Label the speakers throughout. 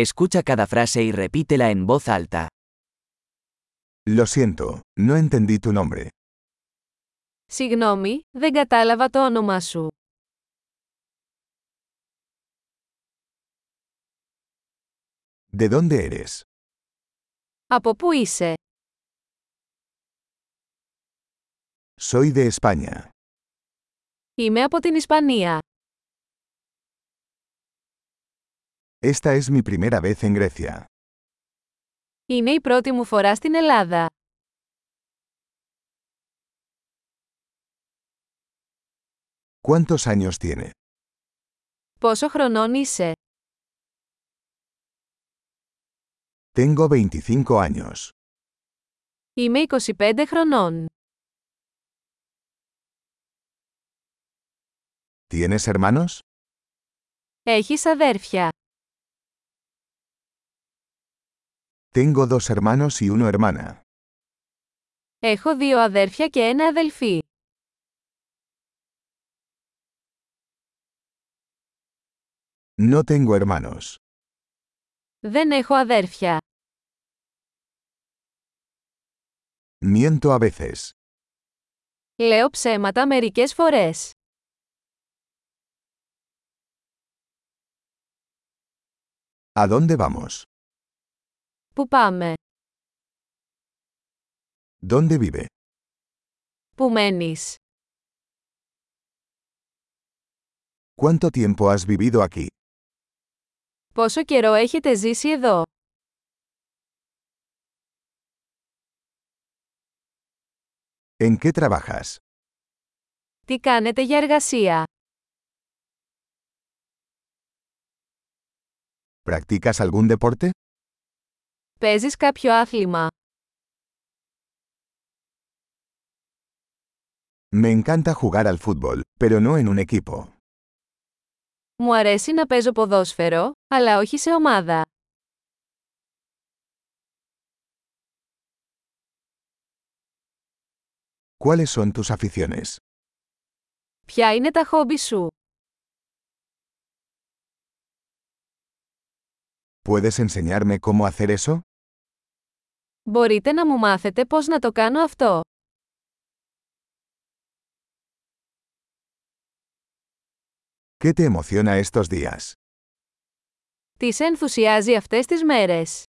Speaker 1: Escucha cada frase y repítela en voz alta.
Speaker 2: Lo siento, no entendí tu nombre.
Speaker 3: Συγγνώμη, δεν κατάλαβα το όνομά σου.
Speaker 2: ¿De dónde eres?
Speaker 3: Από πού είσαι?
Speaker 2: Soy de España.
Speaker 3: Είμαι από την Ισπανία.
Speaker 2: Esta es mi primera vez en Grecia.
Speaker 3: Είναι η πρώτη μου φορά στην Ελλάδα.
Speaker 2: ¿Cuántos años tiene?
Speaker 3: Πόσο χρονών είσαι?
Speaker 2: Tengo 25 años.
Speaker 3: Είμαι 25 χρονών.
Speaker 2: ¿Tienes hermanos?
Speaker 3: Έχεις αδέρφια.
Speaker 2: Tengo dos hermanos y una hermana.
Speaker 3: Έχω δύο αδέρφια και ένα αδελφή.
Speaker 2: No tengo hermanos.
Speaker 3: Δεν έχω αδέρφια.
Speaker 2: Miento a veces.
Speaker 3: Λέω ψέματα μερικές φορές.
Speaker 2: ¿A dónde vamos?
Speaker 3: Πού πάμε?
Speaker 2: ¿Dónde vive?
Speaker 3: Πού μένεις?
Speaker 2: ¿Cuánto tiempo has vivido aquí?
Speaker 3: Πόσο καιρό έχετε ζήσει εδώ?
Speaker 2: ¿En qué trabajas?
Speaker 3: Τι κάνετε για εργασία?
Speaker 2: ¿Practicas algún deporte?
Speaker 3: Παίζεις κάποιο άθλημα?
Speaker 2: Me encanta jugar al fútbol, pero no en un equipo.
Speaker 3: Μου αρέσει να παίζω ποδόσφαιρο, αλλά όχι σε ομάδα.
Speaker 2: ¿Cuáles son tus aficiones?
Speaker 3: Ποια είναι τα χόμπι σου?
Speaker 2: ¿Puedes enseñarme cómo hacer eso?
Speaker 3: Μπορείτε να μου μάθετε πώς να το κάνω αυτό.
Speaker 2: ¿Qué te emociona estos días?
Speaker 3: Τι σε ενθουσιάζει αυτές τις μέρες?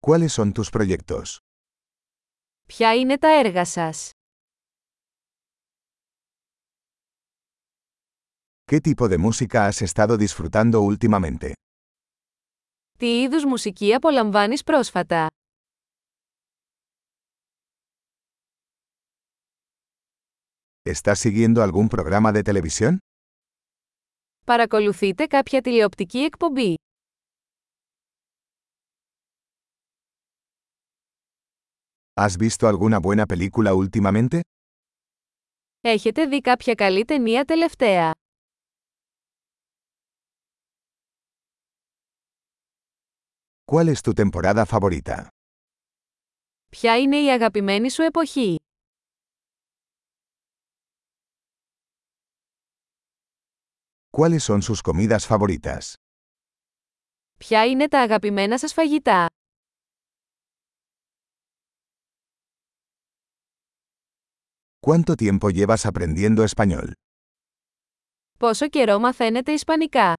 Speaker 2: ¿Cuáles son tus proyectos?
Speaker 3: Ποια είναι τα έργα σας?
Speaker 2: ¿Qué tipo de música has estado disfrutando últimamente?
Speaker 3: Τι είδους μουσική απολαμβάνεις πρόσφατα?
Speaker 2: ¿Estás siguiendo algún programa de televisión?
Speaker 3: Παρακολουθείτε κάποια τηλεοπτική εκπομπή.
Speaker 2: ¿Has visto alguna buena película últimamente?
Speaker 3: Έχετε δει κάποια καλή ταινία τελευταία.
Speaker 2: ¿Cuál es tu temporada favorita?
Speaker 3: Ποια είναι η αγαπημένη σου εποχή?
Speaker 2: ¿Cuáles son sus comidas favoritas?
Speaker 3: Ποια είναι τα αγαπημένα σας φαγητά?
Speaker 2: ¿Cuánto tiempo llevas aprendiendo español?
Speaker 3: Πόσο καιρό μαθαίνετε Ισπανικά?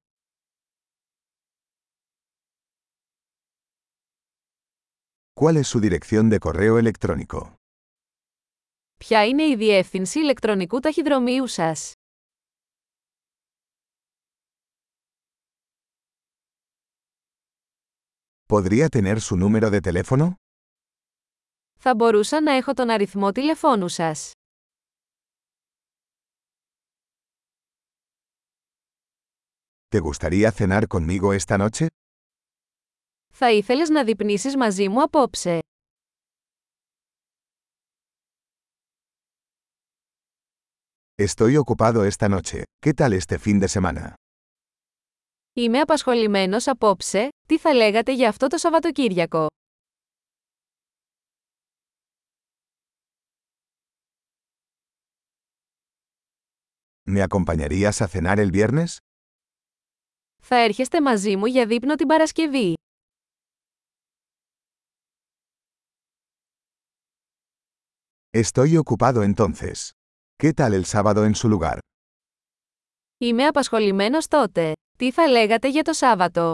Speaker 2: ¿Cuál es su dirección de correo electrónico?
Speaker 3: Ποια είναι η διεύθυνση ηλεκτρονικού ταχυδρομείου σας?
Speaker 2: ¿Podría tener su número de teléfono?
Speaker 3: Θα μπορούσα να έχω τον αριθμό τηλεφώνου σας.
Speaker 2: ¿Te gustaría cenar conmigo esta noche?
Speaker 3: Θα ήθελες να δειπνήσεις μαζί μου απόψε.
Speaker 2: Estoy ocupado esta noche. ¿Qué tal este fin de semana?
Speaker 3: Είμαι απασχολημένος απόψε, τι θα λέγατε για αυτό το Σαββατοκύριακο.
Speaker 2: ¿Me acompañarías a cenar el viernes?
Speaker 3: Θα έρχεστε μαζί μου για δείπνο την Παρασκευή.
Speaker 2: Estoy ocupado entonces. ¿Qué tal el sábado en su lugar?
Speaker 3: Είμαι απασχολημένος τότε. Τι θα λέγατε για το Σάββατο.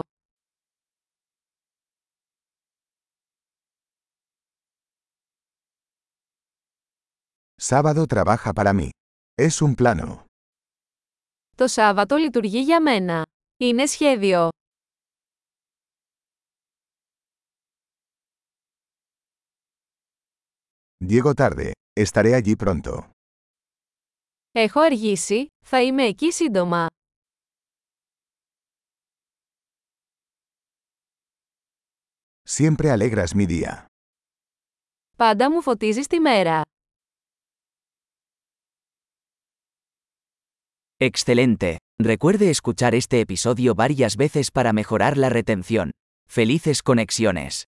Speaker 2: Sábado trabaja para mí. Es un plano.
Speaker 3: Το Σάββατο λειτουργεί για μένα. Είναι σχέδιο.
Speaker 2: Llego tarde. Estaré allí pronto.
Speaker 3: Έχω αργήσει, θα είμαι εκεί σύντομα.
Speaker 2: Siempre alegras mi día.
Speaker 3: Πάντα μου φωτίζεις τη μέρα.
Speaker 1: Excelente. Recuerde escuchar este episodio varias veces para mejorar la retención. Felices conexiones.